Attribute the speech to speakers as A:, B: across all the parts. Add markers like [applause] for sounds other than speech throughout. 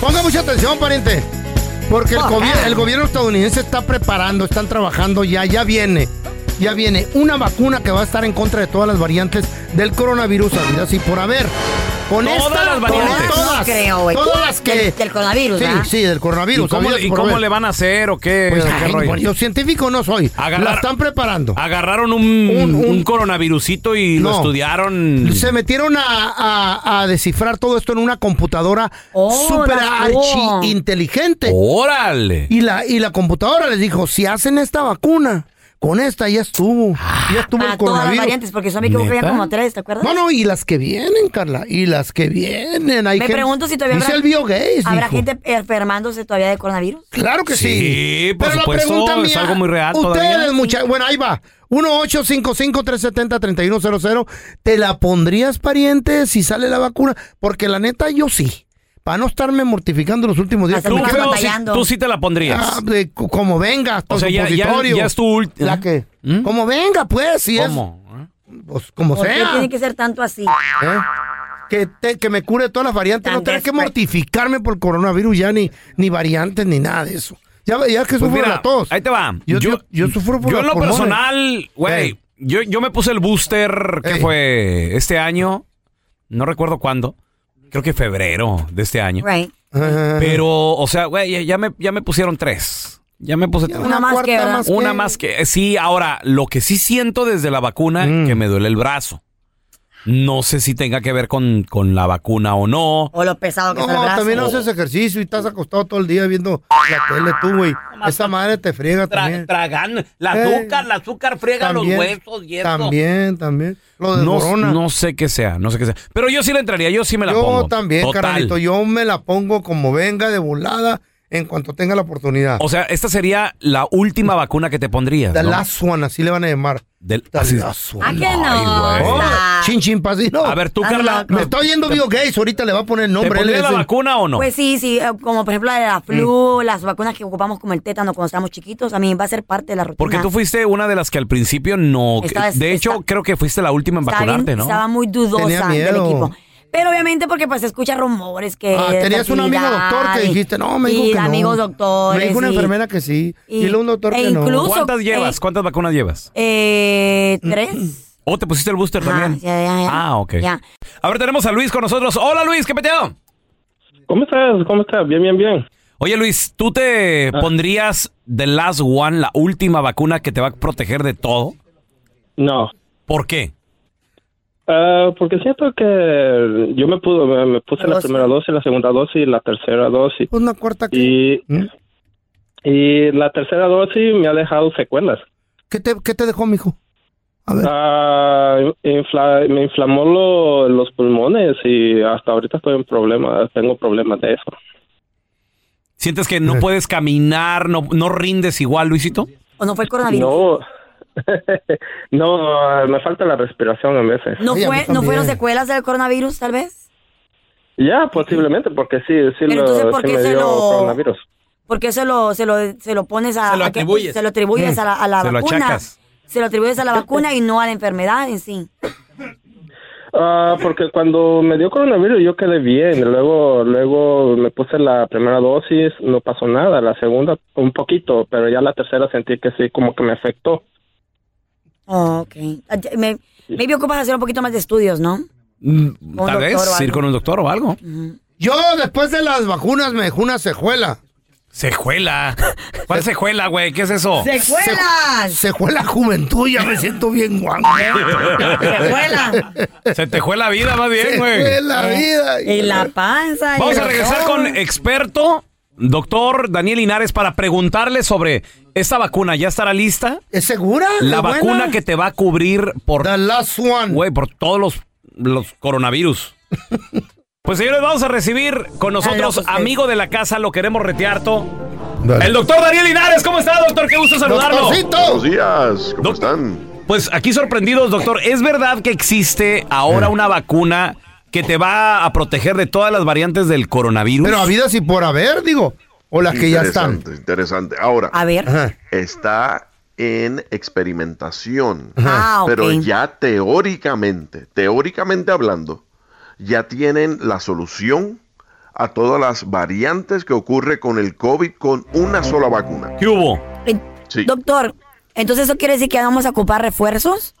A: Ponga mucha atención, pariente. Porque el, gobi- el gobierno estadounidense está preparando, están trabajando ya, ya viene. Ya viene una vacuna que va a estar en contra de todas las variantes del coronavirus, habidas y por haber. Con
B: Todas
A: esta,
B: las
A: con
B: variantes.
A: todas,
C: No creo, güey.
A: todas las que...
C: Del- del coronavirus,
A: Sí,
C: ¿verdad?
A: sí, del coronavirus.
B: ¿Y cómo,
A: habidas
B: y
A: por
B: cómo
A: haber.
B: le van a hacer o qué?
A: Pues,
B: ¿Qué
A: ay,
B: rollo?
A: yo científico no soy.
B: Agarrar-
A: La están preparando.
B: Agarraron un,
A: Un- un-
B: un coronavirusito y lo
A: No.
B: estudiaron.
A: Se metieron a, a- a descifrar todo esto en una computadora
C: Oh,
A: super
C: la- oh.
A: archi inteligente.
B: ¡Órale!
A: Y, la, y la computadora les dijo, si hacen esta vacuna, con esta ya estuvo. Ya estuvo
C: a
A: el
C: Ah, todas las
A: coronavirus.
C: variantes, porque son me equivoco,
B: ¿Neta?
C: eran como tres, ¿te acuerdas?
A: No, no, y las que vienen, Carla, y las que vienen. Hay
C: Me
A: gente-
C: pregunto si todavía
A: Dice
C: habrá-
A: el Bill Gates,
C: ¿Habrá
A: dijo.
C: gente enfermándose todavía de coronavirus?
A: Claro que sí.
B: Sí, por supuesto, es algo muy real todavía.
A: Ustedes, muchachos, bueno, ahí va. 1-855-370-3100. ¿Te la pondrías, pariente, si sale la vacuna? Porque la neta, yo sí. Para no estarme mortificando los últimos días.
C: Hasta
A: que
B: ¿Tú,
A: me
C: Están
B: Feo,
A: quedan-
B: sí-
C: batallando.
B: tú sí te la pondrías.
A: Ah, de- co- como venga, hasta
B: O sea,
A: el
B: ya- ya-
A: supositorio.
B: ya es tu ult-
A: ¿La qué?
B: ¿Mm?
A: Como venga, pues, si
B: ¿Cómo?
A: es. Pues, como
C: ¿Por qué
A: sea.
C: tiene que ser tanto así?
A: ¿eh? Que, te- que me cure todas las variantes.
C: Tan
A: no tener que
C: desperate.
A: mortificarme por coronavirus ya, ni, ni variantes, ni nada de eso. Ya, ya que
B: Pues
A: sufro de
B: mira,
A: la tos.
B: ahí te va.
A: Yo, yo, yo sufro por
B: yo en
A: la
B: lo
A: pulmones.
B: personal,
A: Ey.
B: güey, yo, yo me puse el booster que
A: Ey.
B: fue este año, no recuerdo cuándo, creo que febrero de este año.
C: Right.
A: Ajá.
B: Pero, o sea, güey, ya- ya me, ya me pusieron tres. Ya me puse tres.
C: Una más
A: cuarta
C: que, ¿verdad?
B: Una más que... eh, Sí, ahora, lo que sí siento desde la vacuna,
A: Mm.
B: que me duele el brazo. No sé si tenga que ver con, con la vacuna o no.
C: O lo pesado que
A: No,
C: está el brazo.
A: también haces ejercicio y estás acostado todo el día viendo la tele tú, güey. Esa madre te friega también.
B: tragan la
A: Eh. azúcar,
B: la azúcar friega
A: También, También, también. Lo de
B: No,
A: corona.
B: no sé qué sea, no sé qué sea. Pero yo sí le entraría, yo sí me la
A: yo
B: pongo.
A: también,
B: Total.
A: carnalito. Yo me la pongo como venga de volada en cuanto tenga la oportunidad.
B: O sea, esta sería la última vacuna que te pondrías.
A: The
B: ¿no?
A: last one, así le van a llamar.
B: Del-
A: The
B: así-
A: last one.
C: ¿A que
B: Ay,
C: no?
B: güey.
A: Oh,
C: Está-
A: chin, chin, pasino.
B: A ver, tú,
C: Ah,
B: Carla,
C: no,
A: Me está oyendo Bill Gates, ahorita le va a poner el
B: ¿te
A: nombre. él
B: pondrías
A: es
B: la
A: el-
B: vacuna o no?
C: Pues sí, sí, eh, como por ejemplo la de la flu,
A: Mm.
C: las vacunas que ocupamos como el tétano cuando estábamos chiquitos, a mí va a ser parte de la rutina.
B: Porque tú fuiste una de las que al principio no...
C: Estaba-
B: de hecho,
C: estaba-
B: creo que fuiste la última en
C: estaba, bien-
B: vacunarte, ¿no?
C: estaba muy
A: Tenía
C: dudosa del
A: miedo.
C: equipo. Pero obviamente porque pues se escucha rumores que...
A: Ah, tenías un amigo
C: Eh, fertilidad
A: doctor que
C: y-
A: dijiste, no, me dijo
C: y
A: que no.
C: amigos doctores.
A: Me dijo una
C: y-
A: enfermera que sí. Y, luego un doctor
C: e
A: que
C: incluso-
B: ¿Cuántas
C: eh,
B: llevas? ¿Cuántas vacunas llevas?
C: Eh,
A: [clears throat]
C: ¿Tres?
B: ¿O te pusiste el booster
C: Ajá,
B: también?
C: ya, ya, ya.
B: Ah, ok.
C: Ya.
B: A ver, tenemos a Luis con nosotros. Hola, Luis, ¿qué peteo?
D: ¿Cómo estás? ¿Cómo estás? Bien, bien, bien.
B: Oye, Luis, ¿tú te pondrías The Last One, la última vacuna que te va a proteger de todo?
D: No.
B: ¿Por qué?
D: Ah, porque siento que yo me, pudo, me, me puse
C: La
D: la
C: dosis.
D: primera dosis, la segunda dosis, la tercera dosis.
A: no. Pues Una cuarta que...
D: Y,
A: ¿Mm?
D: y la tercera dosis me ha dejado secuelas.
A: ¿Qué te, qué te dejó, mijo? A ver.
D: Ah, infla- me inflamó lo- los pulmones y hasta ahorita estoy en problemas, tengo problemas de eso.
B: ¿Sientes que no
A: Eh.
B: puedes caminar, no, no rindes igual, Luisito?
C: ¿O no fue el coronavirus?
D: No, [laughs] no, me falta la respiración a veces.
C: ¿No
A: Ay, a mí
C: fue, ¿No
A: también.
C: fueron secuelas del coronavirus, tal vez?
D: Ya, posiblemente, porque sí, sí,
C: Pero
D: lo,
C: entonces, ¿por
D: sí
C: qué
D: me
C: se
D: dio
C: lo-
D: coronavirus.
C: ¿Por qué se lo, se lo, se lo pones a...
E: Se lo
C: a que-
E: atribuyes.
C: se lo atribuyes a la, a la
B: Se lo
C: vacuna.
B: achacas.
C: Se lo atribuyes a la vacuna y no a la enfermedad en sí.
D: Ah, porque cuando me dio coronavirus yo quedé bien, luego luego me puse la primera dosis, no pasó nada, la segunda un poquito, pero ya la tercera sentí que sí, como que me afectó.
C: Oh, ok. Ah, ya- Me, maybe ocupas hacer un poquito más de estudios, ¿no?
B: Mm, Tal
C: doctor o
B: vez ir
C: algo.
B: con un doctor o algo.
A: Yo después de las vacunas me dejó una secuela.
B: Sejuela. ¿Cuál sejuela, güey? ¿Qué es eso?
C: ¡Secuelas!
A: Secuela juventud, ya me siento
B: [laughs]
A: bien guango.
C: ¡Secuelas!
B: Se te fue la vida, más bien,
A: Fue
B: güey.
A: la vida.
C: Eh, Y la panza. y
B: Vamos a
C: el
B: regresar
C: todo.
B: con eh, experto, doctor Daniel Linares, para preguntarle sobre esta vacuna. ¿Ya estará lista?
A: ¿Es segura?
B: La
A: ¿Es buena?
B: vacuna que te va a cubrir por
A: The last one.
B: Güey, por todos los, los coronavirus. Pues señores, vamos a recibir con nosotros,
C: Están locos,
B: amigo de la casa, lo queremos retearto.
A: Dale.
B: El doctor Daniel Linares, ¿cómo está, doctor? Qué gusto saludarlo.
A: Doctorcito.
F: días, ¿cómo
B: Doc-
F: están?
B: Pues aquí sorprendidos, doctor. ¿Es verdad que existe
A: Eh.
B: ahora una vacuna que te va a proteger de todas las variantes del coronavirus?
A: Pero habidas y por haber, digo. O las que ya están.
F: Interesante, interesante. Ahora,
C: A ver.
A: Ajá.
F: está en experimentación.
C: Ah, ok.
F: Pero ya teóricamente, teóricamente hablando, ya tienen la solución a todas las variantes que ocurre con el COVID con una sola vacuna.
B: ¿Qué hubo?
C: Eh,
F: Sí.
C: Doctor, entonces eso quiere decir que vamos a ocupar refuerzos.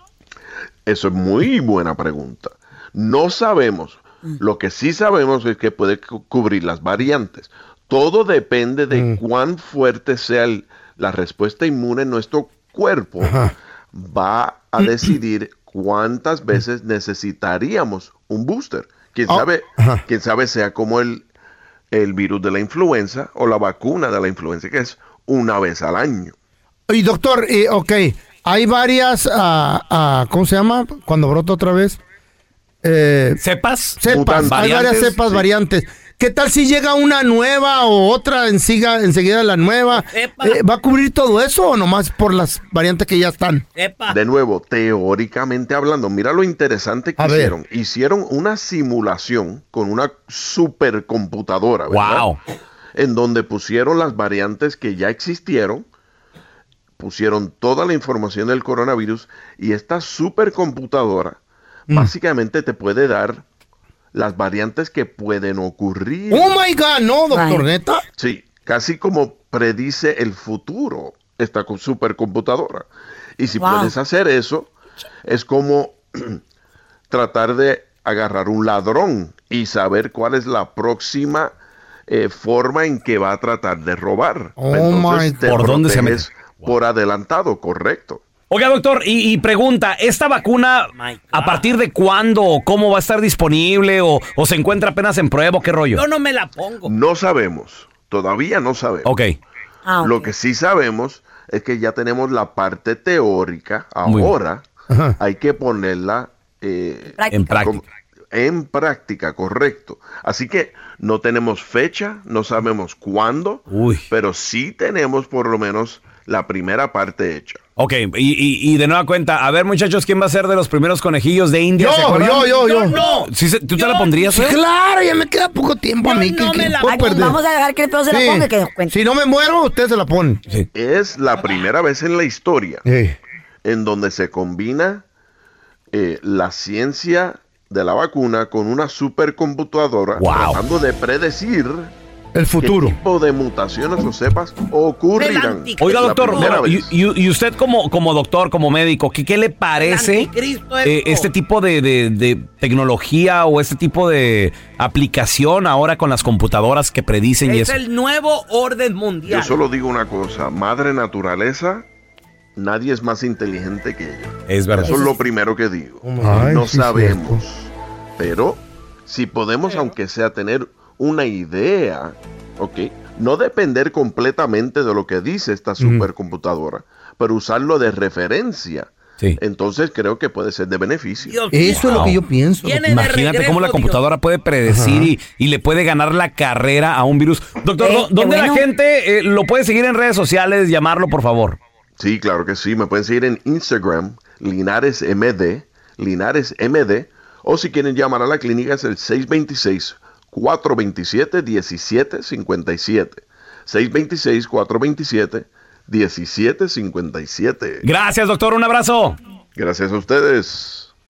F: Eso es muy buena pregunta. No sabemos. Lo que sí sabemos es que puede cu- cubrir las variantes. Todo depende de cuán fuerte sea el- la respuesta inmune en nuestro cuerpo. Va a decidir cuántas veces necesitaríamos un booster. Quién
A: Oh,
F: sabe,
A: ajá.
F: quién sabe sea como el, el virus de la influenza o la vacuna de la influenza, que es una vez al año.
A: Y doctor, eh, ok, hay varias, ah, ah, ¿cómo se llama? Cuando brota otra vez. Eh,
B: ¿Sepas?
A: cepas, hay
B: Variantes,
A: varias cepas
F: sí.
A: variantes. ¿Qué tal si llega una nueva o otra ensiga- enseguida la nueva?
E: Epa.
A: Eh, ¿Va a cubrir todo eso o nomás por las variantes que ya están?
E: Epa.
F: De nuevo, teóricamente hablando, mira lo interesante que
A: A ver.
F: hicieron. Hicieron una simulación con una supercomputadora, ¿verdad?
B: Wow.
F: En donde pusieron las variantes que ya existieron, pusieron toda la información del coronavirus y esta supercomputadora básicamente te puede dar las variantes que pueden ocurrir.
A: Oh my God, no, doctor,
C: Ay.
A: neta.
F: Sí, casi como predice el futuro esta co- supercomputadora. Y si
C: Wow.
F: puedes hacer eso, es como [clears throat] tratar de agarrar un ladrón y saber cuál es la próxima eh, forma en que va a tratar de robar.
A: Oh my-
F: te
B: ¿Por dónde se mete?
F: proteges Por adelantado, correcto.
B: Oiga, doctor, y, y pregunta, ¿esta vacuna
E: My God.
B: a partir de cuándo o cómo va a estar disponible o, o se encuentra apenas en prueba o qué rollo?
E: Yo no me la pongo.
F: No sabemos, todavía no sabemos.
B: Ok.
C: Ah, ok.
F: Lo que sí sabemos es que ya tenemos la parte teórica.
B: Muy bien.
F: Ahora
A: Ajá.
F: hay que ponerla eh,
C: Práctica.
B: En práctica.
F: como- en práctica, correcto. Así que no tenemos fecha, no sabemos cuándo,
B: Uy.
F: pero sí tenemos por lo menos la primera parte hecha.
B: Ok, y, y- y de nueva cuenta, a ver muchachos, ¿quién va a ser de los primeros conejillos de India?
A: Yo,
B: ¿Se acuerdan?
A: yo, yo, yo.
E: no.
B: ¿Sí se- ¿Tú te
E: Yo-
B: la pondrías? eh?
A: Claro, ya me queda poco tiempo a
E: Yo
A: mí.
E: no
A: que-
E: me
A: que
E: la-
A: puedo
C: Ay, pues
A: perder.
C: vamos a dejar que el pedo se la ponga y que nos
A: Sí.
C: cuente.
A: Si no me muero, usted se la pone.
B: Sí.
F: Es la primera vez en la historia
A: Sí.
F: en donde se combina eh, la ciencia de la vacuna con una supercomputadora
B: Wow.
F: tratando de predecir
A: El futuro.
F: ¿Qué tipo de mutaciones o cepas ocurrirán?
E: Delante.
B: Oiga,
F: La
B: doctor,
F: primera
B: y,
F: vez.
B: y- y usted como, como doctor, como médico, ¿qué, qué le parece
E: anticristo,
B: eh,
E: esto.
B: este tipo de, de- de tecnología o este tipo de aplicación ahora con las computadoras que predicen y
E: Es
B: eso?
E: el nuevo orden mundial.
F: Yo solo digo una cosa, madre naturaleza, nadie es más inteligente que ella.
B: Es
F: Eso es lo primero que digo.
A: Ay,
F: no
A: sí,
F: sabemos, pero si podemos, aunque sea tener una idea, ¿ok? No depender completamente de lo que dice esta supercomputadora, pero usarlo de referencia.
B: Sí.
F: Entonces creo que puede ser de beneficio.
E: Dios
A: Eso es lo
B: Wow.
A: que yo pienso.
E: Viene- de
B: Imagínate
E: regreso,
B: cómo la
E: Dios.
B: computadora puede predecir y, y le puede ganar la carrera a un virus. Doctor,
C: Eh,
B: ¿dó-
C: qué
B: ¿dónde
C: bueno.
B: la gente eh, lo puede seguir en redes sociales? Llamarlo, por favor.
F: Sí, claro que sí. Me pueden seguir en Instagram, LinaresMD, LinaresMD, o si quieren llamar a la clínica es el 626. 427-1757. 626-427-1757.
B: Gracias, doctor. Un abrazo.
F: Gracias a ustedes.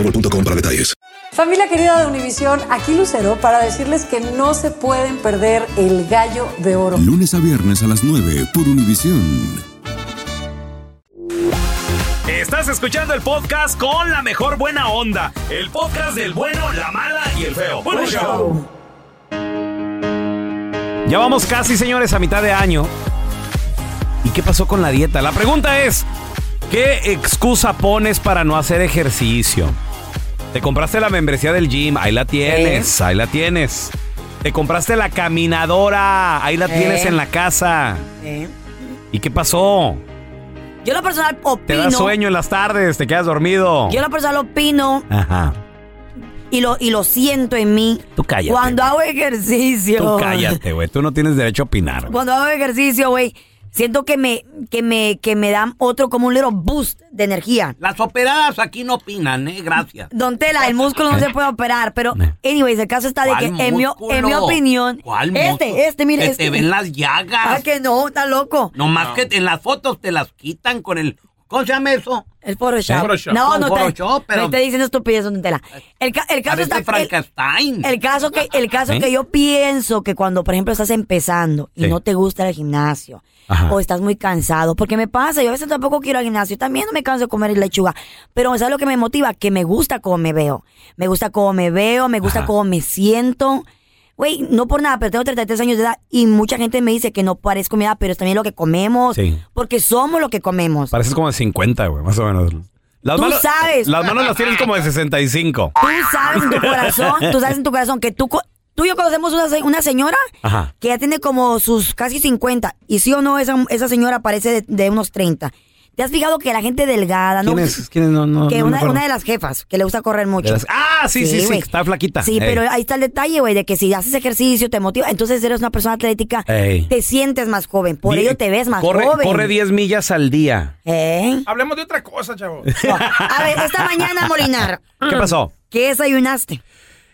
G: para detalles.
H: Familia querida de Univisión, aquí Lucero para decirles que no se pueden perder el gallo de oro.
I: Lunes a viernes a las 9 por Univisión.
B: Estás escuchando el podcast con la mejor buena onda. El podcast del bueno, la mala y el feo. Bueno, show. Ya vamos casi, señores, a mitad de año. ¿Y qué pasó con la dieta? La pregunta es, ¿qué excusa pones para no hacer ejercicio? Te compraste la membresía del gym, ahí la tienes, ahí la tienes. Te compraste la caminadora, ahí la
C: Eh.
B: tienes en la casa. ¿Y qué pasó?
C: Yo lo personal
B: Te da
C: opino.
B: sueño en las tardes, te quedas dormido.
C: Yo lo personal opino
B: Ajá.
C: y lo, y lo siento en mí.
B: Tú cállate.
C: Cuando hago ejercicio.
B: Tú cállate, güey. Tú no tienes derecho a opinar. güey.
C: Cuando hago ejercicio, güey, siento que me, que me, que me dan otro como un little boost de energía.
E: Las operadas aquí no opinan, ¿eh? Gracias.
C: Don Tela, el músculo no se puede operar, pero, anyways, el caso está de que,
E: Eh. ¿Cuál
C: en mi,
E: músculo?
C: en mi opinión,
E: ¿Cuál músculo?
C: este, este, mire,
E: Que
C: este.
E: te ven las
C: Ah,
E: llagas.
C: que no, está loco.
E: Nomás que en las fotos te las quitan con el... ¿Cómo se llama eso?
C: El
B: ¿Eh?
C: Photoshop.
E: El Photoshop.
C: No, no
E: Con
C: te,
E: Photoshop, pero-
C: no te dicen estupidez, Don Tela. El, ca- el caso
E: Parece
C: está... el-
E: Frankenstein.
C: El caso que, el caso
B: ¿Eh?
C: que yo pienso que cuando, por ejemplo, estás empezando y
B: Sí.
C: no te gusta el gimnasio
B: Ajá.
C: o estás muy cansado, porque me pasa, yo a veces tampoco quiero ir al gimnasio, también no me canso de comer lechuga, pero ¿sabes lo que me motiva? Que me gusta cómo me veo, me gusta cómo me veo, me gusta
B: Ajá.
C: cómo me siento. Güey, no por nada, pero tengo 33 años de edad y mucha gente me dice que no parezco mi edad, pero es también lo que comemos,
B: Sí.
C: porque somos lo que comemos.
B: Pareces como de 50, güey, más o menos. Las
C: Tú sabes.
B: Las manos las tienes como de 65.
C: Tú sabes en tu corazón, tú sabes en tu corazón que tú, co- tú y yo conocemos una, se- una señora
B: Ajá.
C: que ya tiene como sus casi 50. Y sí o no, esa, esa señora parece de, de unos 30. ¿Te has fijado que la gente delgada, Ah, no?
B: ¿Quién es? ¿Quién es? No, no,
C: Que
B: no me
C: una,
B: acuerdo.
C: una de las jefas, que le gusta correr
B: De
C: mucho.
B: las- Ah, sí, sí, sí,
C: güey.
B: está flaquita.
C: Sí,
B: Ey.
C: pero ahí está el detalle, güey, de que si haces ejercicio, te motiva. Entonces eres una persona atlética,
B: Ey.
C: te sientes más joven. Por ello te ves más
B: corre,
C: joven.
B: Corre 10 millas al día.
C: ¿Eh?
J: Hablemos de otra cosa, chavo.
C: [laughs] A ver, esta mañana, Molinar,
B: ¿Qué pasó?
C: ¿qué desayunaste?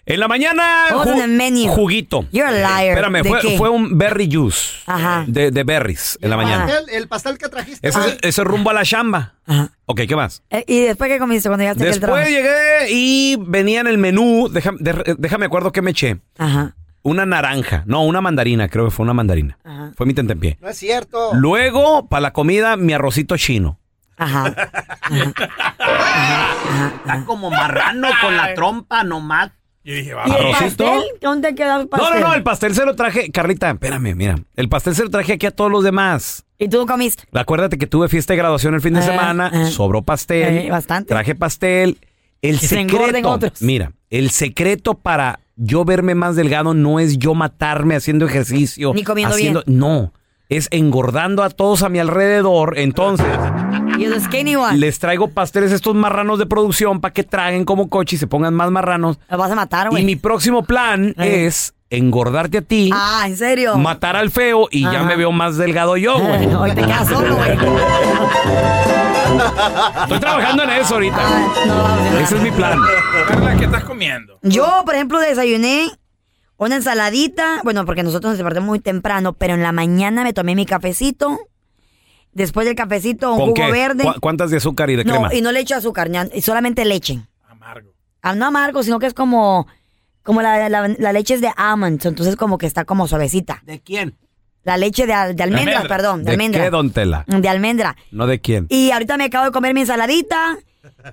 B: En la mañana,
C: Hold on a menu.
B: juguito. Eh,
C: You're a liar. ¿De
B: Espérame, fue,
C: qué?
B: fue un berry juice.
C: Ajá.
B: De, de berries en la mañana.
A: El, el pastel que trajiste.
B: Ese es, ese es rumbo a la chamba.
C: Ajá.
B: Ok, ¿qué más?
C: Eh, ¿Y después qué comiste cuando llegaste aquí al
B: Después
C: trabajo?
B: llegué y venía en el menú. Déjame, de- déjame acuerdo que me eché.
C: Ajá.
B: Una naranja. No, una mandarina. Creo que fue una mandarina.
C: Ajá.
B: Fue mi tentempié.
A: No es cierto.
B: Luego, para la comida, mi arrocito chino.
C: Ajá.
B: [laughs]
E: Está como marrano con la trompa nomás.
J: Yo dije, va.
C: ¿Y el
B: ¿Arrocito?
C: pastel? ¿Dónde quedó el pastel?
B: No, no, no. El pastel se lo traje. Carlita, espérame, mira. El pastel se lo traje aquí a todos los demás.
C: ¿Y tú no comiste?
B: Acuérdate que tuve fiesta de graduación el fin de
C: Ah,
B: semana,
C: ah.
B: sobró pastel,
C: Eh, bastante.
B: traje pastel. El
C: Que se engorden
B: secreto,
C: otros.
B: mira, el secreto para yo verme más delgado no es yo matarme haciendo ejercicio,
C: Ni comiendo
B: haciendo- no, es engordando a todos a mi alrededor. Entonces
C: You're the skinny one.
B: les traigo pasteles a estos marranos de producción para que traguen como coche y se pongan más marranos.
C: Lo vas a matar,
B: Y
C: güey.
B: mi próximo plan
C: Eh.
B: es engordarte a ti,
C: Ah, ¿en serio?
B: matar al feo y ya
C: Ajá.
B: me veo más delgado yo,
C: [laughs]
B: güey.
C: Hoy te quedas solo, güey.
B: Estoy trabajando en eso ahorita.
C: Ah, no, vamos a
B: Ese es mi plan.
J: Carla, ¿qué estás comiendo?
C: Yo, por ejemplo, desayuné una ensaladita. Bueno, porque nosotros nos despertamos muy temprano, pero en la mañana me tomé mi cafecito. Después del cafecito, un
B: ¿Con
C: jugo
B: qué?
C: verde.
B: ¿Cu- ¿Cuántas de azúcar y de
C: No,
B: crema?
C: y no le echo azúcar, ni a- y solamente leche.
J: Amargo.
C: Ah, no amargo, sino que es como, como la, la- la leche es de almond, entonces como que está como suavecita.
E: ¿De quién?
C: La leche de, al- de almendras,
J: almendra.
C: perdón, de,
B: ¿De
C: almendra. Mm,
B: qué, don Tela?
C: De almendra.
B: No de quién.
C: Y ahorita me acabo de comer mi
B: [laughs]
C: ensaladita.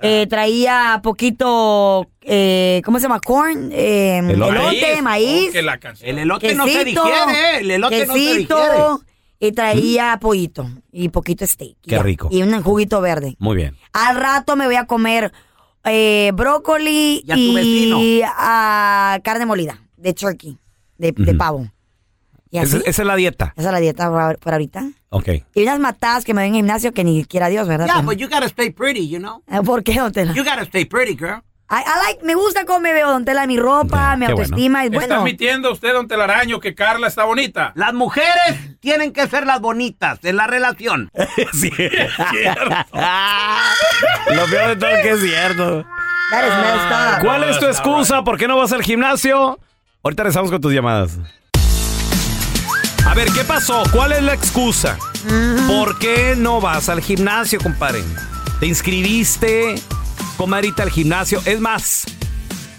C: eh, traía poquito, eh, ¿cómo se llama? Corn, eh,
B: Elote.
C: elote, maíz,
J: Oh, que la canción.
E: El elote no se
C: quesito,
E: digiere. eh, El elote
C: quesito,
E: no se digiere.
C: y traía pollito y poquito steak. y
B: Qué
C: ya.
B: rico.
C: Y un juguito verde.
B: Muy bien.
C: Al rato me voy a comer eh, brócoli
E: Y a tu
C: y ah, carne molida de turkey. de, de pavo. ¿Y
B: Esa,
C: así?
B: esa es la dieta.
C: Esa es la dieta por, por ahorita.
E: [laughs]
B: Ok.
C: Y unas matadas que me ven en gimnasio que ni quiera Dios, ¿verdad?
E: Yeah, but you gotta stay pretty, you know?
C: [laughs] ¿Por qué, don Tela?
E: You gotta stay pretty, girl.
C: I, I like, me gusta cómo me veo, don Tela, mi ropa, mi
E: qué bueno.
C: autoestima. Es
J: ¿Está
C: bueno.
J: admitiendo usted, don Telaraño, que Carla está bonita?
E: Las mujeres tienen que ser las bonitas en la relación.
B: Sí, es cierto. [laughs] Lo peor de todo es que es cierto.
C: That is messed up.
B: ¿Cuál es tu excusa? ¿Por qué no vas al gimnasio? Ahorita regresamos con tus llamadas. A ver, ¿qué pasó? ¿Cuál es la excusa? ¿Por qué no vas al gimnasio, compadre? ¿Te inscribiste, comadrita, al gimnasio? Es más,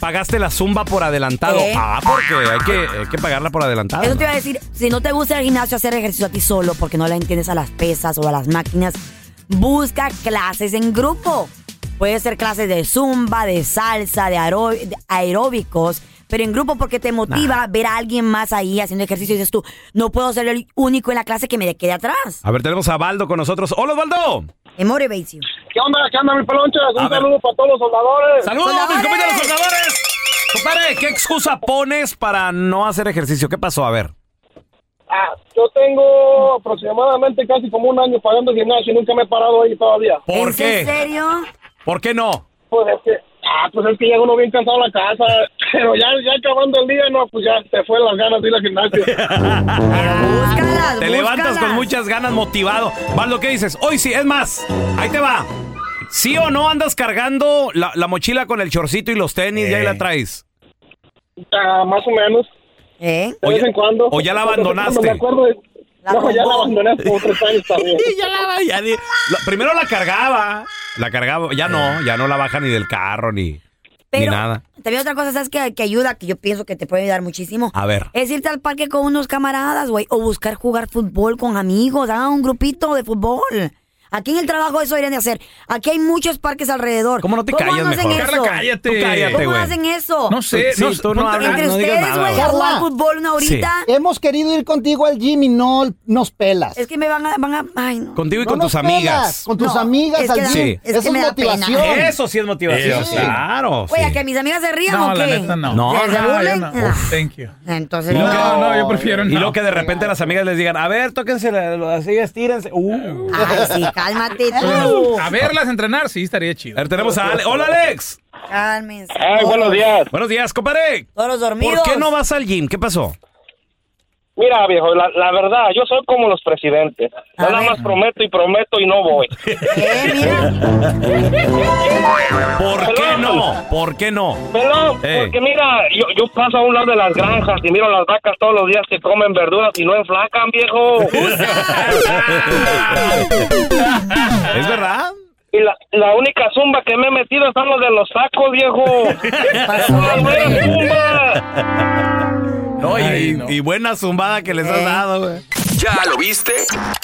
B: pagaste la zumba por adelantado.
C: ¿Eh?
B: Ah, porque hay que, hay que pagarla por adelantado.
C: Eso te iba a decir, si no te gusta el gimnasio, hacer ejercicio a ti solo porque no le entiendes a las pesas o a las máquinas, busca clases en grupo. Puede ser clases de zumba, de salsa, de, aeró- de aeróbicos, pero en grupo porque te motiva ver a alguien más ahí haciendo ejercicio y dices tú, no puedo ser el único en la clase que me quede atrás.
B: A ver, tenemos a Baldo con nosotros. ¡Hola, Baldo!
C: It motivates you.
K: ¿Qué onda? ¿Qué onda, mi peloncha? Un saludo para todos los soldadores.
B: ¡Saludos, mis compañeros soldadores! Compadre, ¿qué excusa pones para no hacer ejercicio? ¿Qué pasó? A ver.
K: Ah, yo tengo aproximadamente casi como un año pagando el gimnasio y nunca me he parado ahí todavía.
B: ¿Por ¿Es qué? en
C: serio?
B: ¿Por qué no?
K: Pues es que, ah, pues es que llega uno bien cansado a la casa, [laughs] pero ya, ya acabando el día, no, pues ya se fue las ganas de ir al
J: [laughs]
K: gimnasio.
B: Te levantas con muchas ganas motivado. Valdo, ¿qué dices? Hoy sí, es más, ahí te va. ¿Sí o no andas cargando la, la mochila con el chorcito y los tenis y ahí la traes?
K: Ah, más o menos.
C: ¿Eh?
K: De vez en cuando.
B: o ya la
K: Cuando-
B: abandonaste.
K: cuando me acuerdo de-
C: La
K: no, ya la
C: bombó.
K: abandoné hace como tres años también.
B: ya la, ya di- la- Primero la cargaba, la cargaba, ya no, ya no la baja ni del carro ni, ni
C: Pero-
B: nada.
C: También otra cosa, ¿sabes? Que, que ayuda, que yo pienso que te puede ayudar muchísimo.
B: A ver.
C: Es irte al parque con unos camaradas, güey. O buscar jugar fútbol con amigos. Hagan un grupito de fútbol. Aquí en el trabajo eso deberían de hacer. Aquí hay muchos parques alrededor. ¿Cómo no
B: te callas
C: hacen eso?
B: mejor? Carla, cállate. Tú cállate,
C: ¿Cómo
B: güey.
C: hacen eso? Pues
B: No sé, Sí, no sé, tú no ponte- hablas,
C: Entre
B: no digas
C: ustedes,
B: nada,
C: güey,
B: güey.
C: a jugar
L: Carla.
C: fútbol una horita.
L: Hemos querido ir contigo al gym y no nos pelas.
C: Es que me van a... Van a ay, no.
B: Contigo y
L: No
B: con
L: nos
B: tus amigas.
L: pelas, con tus amigas
C: es
L: al
C: que da-
B: gym.
C: es que
L: Eso
C: me
L: es
C: da pena.
L: motivación.
B: Eso sí es motivación.
L: Sí.
B: Claro.
C: Güey,
B: sí.
C: a que mis amigas se rían
J: No,
C: o qué?
J: la neta no.
B: No,
C: ¿Se- se
B: no,
C: burlen?
B: yo
C: Ah,
J: Thank you.
C: Entonces
B: Y lo que-
J: No, no, yo prefiero
B: Y
J: no.
B: lo que de repente las amigas les digan, a ver, tóquense la- lo- así, estírense. Uh.
C: Ay, sí, cálmate tú.
J: Bueno, a [laughs] verlas entrenar, sí, estaría chido.
B: A ver, tenemos a Ale. ¡Hola, Alex!
C: Cálmense.
B: Buenos días, compadre.
C: Todos los dormidos.
B: ¿Por qué no vas al gym? ¿Qué pasó?
K: Mira, viejo, la, la verdad, yo soy como los presidentes. Yo nada más prometo y prometo y no voy.
C: Eh,
B: [laughs] ¿Por qué no? ¿Por qué no?
K: Pelón,
B: Ey.
K: porque mira, yo, yo paso a un lado de las granjas y miro las vacas todos los días que comen verduras y no enflacan, viejo.
B: [laughs] ¿Es verdad?
K: Y la, la única zumba que me he metido son los de los sacos, viejo.
B: No, y, y buena zumbada que les has
C: Eh.
B: dado, güey.
M: ¿Ya lo viste?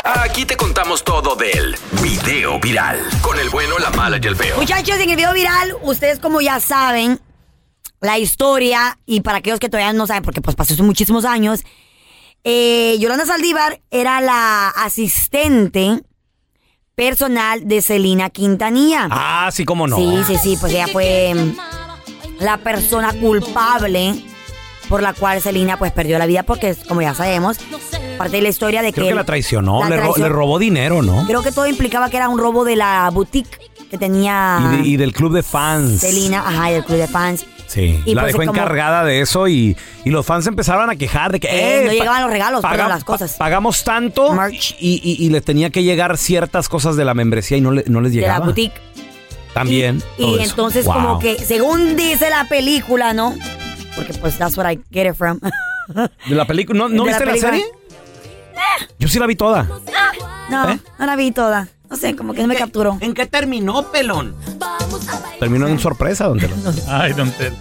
M: Aquí te contamos todo del video viral. Con el bueno, la mala y el feo.
C: Muchachos, en el video viral, ustedes como ya saben la historia, y para aquellos que todavía no saben, porque pues pasó hace muchísimos años, eh, Yolanda Saldívar era la asistente personal de Celina Quintanilla.
B: Ah, sí, cómo no.
C: Sí, sí, sí, pues ella fue mm, la persona culpable por la cual Celina pues perdió la vida, porque como ya sabemos, parte de la historia de
B: Creo
C: que...
B: que la traicionó.
C: la
B: le, ro-
C: traicionó.
B: le robó dinero, ¿no?
C: Creo que todo implicaba que era un robo de la boutique que tenía...
B: Y, de- y del club de fans.
C: Selena, ajá, y el club de fans.
B: Sí,
C: Y
B: la
C: pues
B: dejó
C: es como-
B: encargada de eso y, y los fans empezaron a quejar de que
C: Eh,
B: "Eh,
C: no
B: pa-
C: llegaban los regalos, pero
B: pagam-
C: las cosas.
B: pa- pagamos tanto y, y- y les tenía que llegar ciertas cosas de la membresía y no, le- no les
C: De la
B: llegaba.
C: boutique.
B: También. todo
C: Y
B: eso.
C: entonces
B: Wow.
C: como que, según dice la película, ¿no? Porque pues that's what I get it from. [laughs]
B: De la película. ¿No, no
C: De
B: viste la,
C: película.
B: serie? Yo sí la vi toda.
C: No,
B: ¿Eh?
C: no la vi toda. No sé, como que no me capturó.
E: ¿En qué terminó, pelón?
B: Terminó en sorpresa,
C: [laughs]
B: don Tela.
J: Ay, don Tel.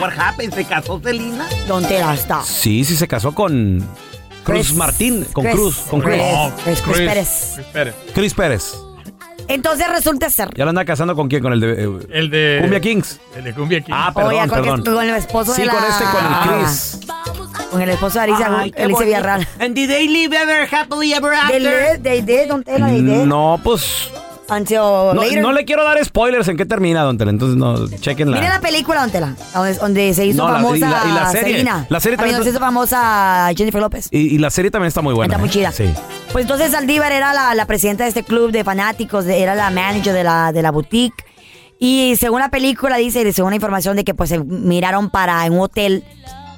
E: What happened? ¿Se casó Celina?
C: ¿Dónde Tela está.
B: Sí, sí se casó con Cruz
C: Chris-
B: Martín. Con
C: Chris-
B: Cruz. Con Cruz.
C: Chris- Chris- Chris Chris- Pérez.
B: Chris Pérez.
C: Entonces resulta ser.
B: ¿Ya la anda casando con quién? Con el de. eh,
J: El de.
B: Cumbia Kings.
J: El de Cumbia Kings.
B: Ah,
C: Oye,
B: perdón,
C: con, que-
B: perdón.
C: con el esposo
B: Sí,
C: de la...
B: con este, con el Chris.
C: Con el esposo de Alicia,
E: Ay, qué
C: Alicia
E: bonito.
C: Villarreal.
E: And did they live ever happily ever
C: They
E: after?
C: live, they did, don Tela, they did.
B: No, pues
C: Until
B: No,
C: later.
B: no le quiero dar spoilers en qué termina, don Tela. Entonces, no, chequenla.
C: Mira la película, don Tela, donde, donde se hizo
B: No, la-
C: famosa
B: y la- y la serie.
C: Selena.
B: La serie
C: A mí,
B: también-
C: donde se hizo famosa Jennifer López.
B: Y, y la serie también está muy buena.
C: Está muy
B: ¿eh?
C: chida.
B: Sí.
C: Pues entonces Aldívar era la, la presidenta de este club de fanáticos, de- era la manager de la, de la boutique. Y según la película dice, y según la información de que pues se miraron para en un hotel,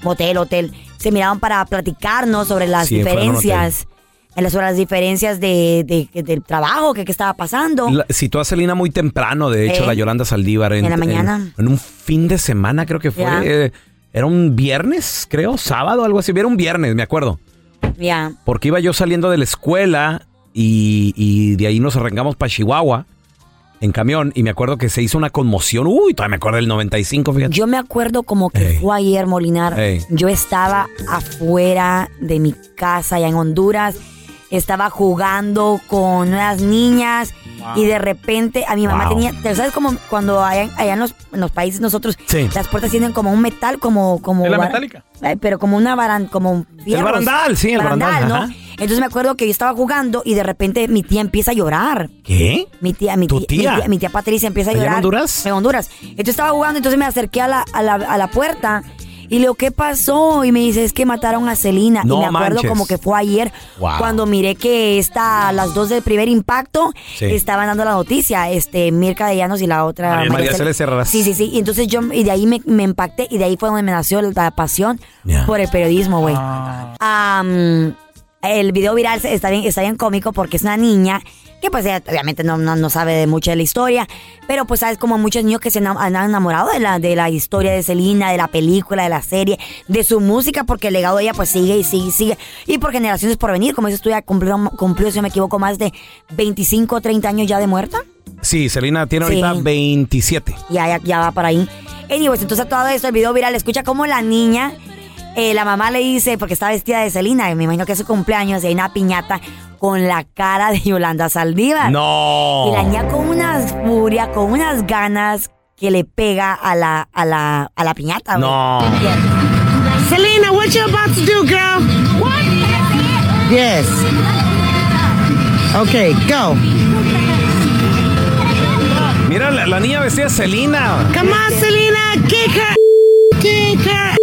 C: motel, hotel, se miraron para platicarnos sobre las
B: Sí, fueron a un hotel.
C: diferencias, en las- sobre las diferencias de, de- que- del trabajo que, que estaba pasando.
B: La- citó a Selena muy temprano, de hecho,
C: Eh.
B: la Yolanda Saldívar.
C: En la mañana.
B: En, un fin de semana, creo que fue.
C: Ya.
B: eh, era un viernes, creo, sábado, algo así. Era un viernes, me acuerdo.
C: Ya.
B: Porque iba yo saliendo de la escuela y, y de ahí nos arrancamos para Chihuahua en camión. Y me acuerdo que se hizo una conmoción. Uy, todavía me acuerdo del 95, fíjate.
C: Yo me acuerdo como que fue ayer, Molinar.
B: Ey.
C: Yo estaba afuera de mi casa allá en Honduras. Estaba jugando con unas niñas
N: Wow.
C: y de repente a mi mamá
N: Wow.
C: tenía, ¿te ¿sabes como cuando allá, allá en, los, en los países nosotros
N: Sí.
C: las puertas tienen como un metal, como... como
N: ¿Es la
C: bar-
N: metálica?
C: eh, pero como una baran, como un fierros.
B: barandal, sí, el barandal,
C: ¿no?
B: ajá.
C: Entonces me acuerdo que yo estaba jugando y de repente mi tía empieza a llorar.
B: ¿Qué?
C: Mi tía, mi
B: ¿Tu
C: tía,
B: tía?
C: mi tía, mi tía Patricia empieza a
B: ¿Allá en
C: llorar.
B: Honduras?
C: En Honduras. Entonces estaba jugando, entonces me acerqué a la, a la, a la puerta y le digo, ¿qué pasó? Y me dice, es que mataron a Celina.
B: No
C: y me acuerdo
B: manches.
C: como que fue ayer
B: Wow.
C: cuando miré que esta, las dos del primer impacto
B: Sí.
C: estaban dando la noticia, este, Mirka de Llanos y la otra.
B: María Celeste Herreras.
C: Sí, sí, sí. Y entonces yo, y de ahí me, me impacté y de ahí fue donde me nació la pasión por el periodismo, güey. Am, el video viral se- está bien, está bien cómico porque es una niña que pues ella obviamente no, no, no sabe de mucha de la historia, pero pues sabes como muchos niños que se enam- han enamorado de la, de la historia de Selena, de la película, de la serie, de su música, porque el legado de ella pues sigue y sigue y sigue. Y por generaciones por venir, como dices tú, ya cumplieron- cumplió, si no me equivoco, más de 25 o 30 años ya de muerta.
B: Sí, Selena tiene
C: Sí.
B: ahorita 27.
C: Ya, ya, ya va para ahí. Anyways, entonces a todo esto, el video viral, escucha cómo la niña, eh, la mamá le dice, porque está vestida de Selena, y me imagino que es su cumpleaños, y hay una piñata con la cara de Yolanda Saldívar.
B: No.
C: Y la niña con unas furia, con unas ganas que le pega a la, a la, a la piñata. güey.
B: No.
A: pues.
N: Selena, what you about to do, girl? What? Yes. Okay, go.
B: Mira, la, la niña vestida de Selena.
N: Come on, Selena, kick her. Kick her.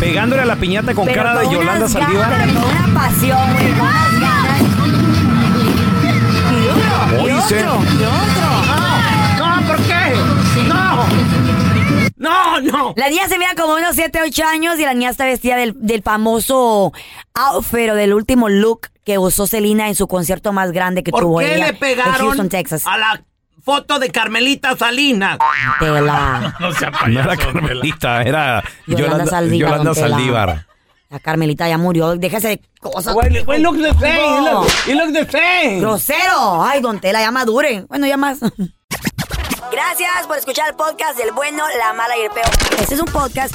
B: Pegándole a la piñata con
C: Pero
B: cara de
C: con
B: Yolanda
C: unas ganas,
B: Saldívar.
C: pero con una pasión, güey, con unas ganas. Y uno, y
B: Hoy
C: otro,
B: se-
C: y otro. No, no, ¿por qué? No.
B: No, no.
C: La niña se mira como unos 7, 8 años y la niña está vestida del, del famoso outfit o del último look que usó Selena en su concierto más grande que tuvo
E: ¿Por qué
C: ella
E: le
C: en Houston,
E: pegaron
C: Texas.
E: a la foto de Carmelita Salinas?
C: Tela.
B: [laughs] No sea payaso, era Carmelita, era
C: Yolanda
B: Yolanda,
C: Saldívar,
B: Yolanda
C: don Tela.
B: Saldívar.
C: La Carmelita ya murió. Déjese de cosas.
B: Well, well, Ah, look the same,
C: No.
B: it look- it look the same.
C: Grosero. Ay, don Tela, ya maduren. Bueno, ya más. Gracias por escuchar el podcast del bueno, la mala y el peor. Este es un podcast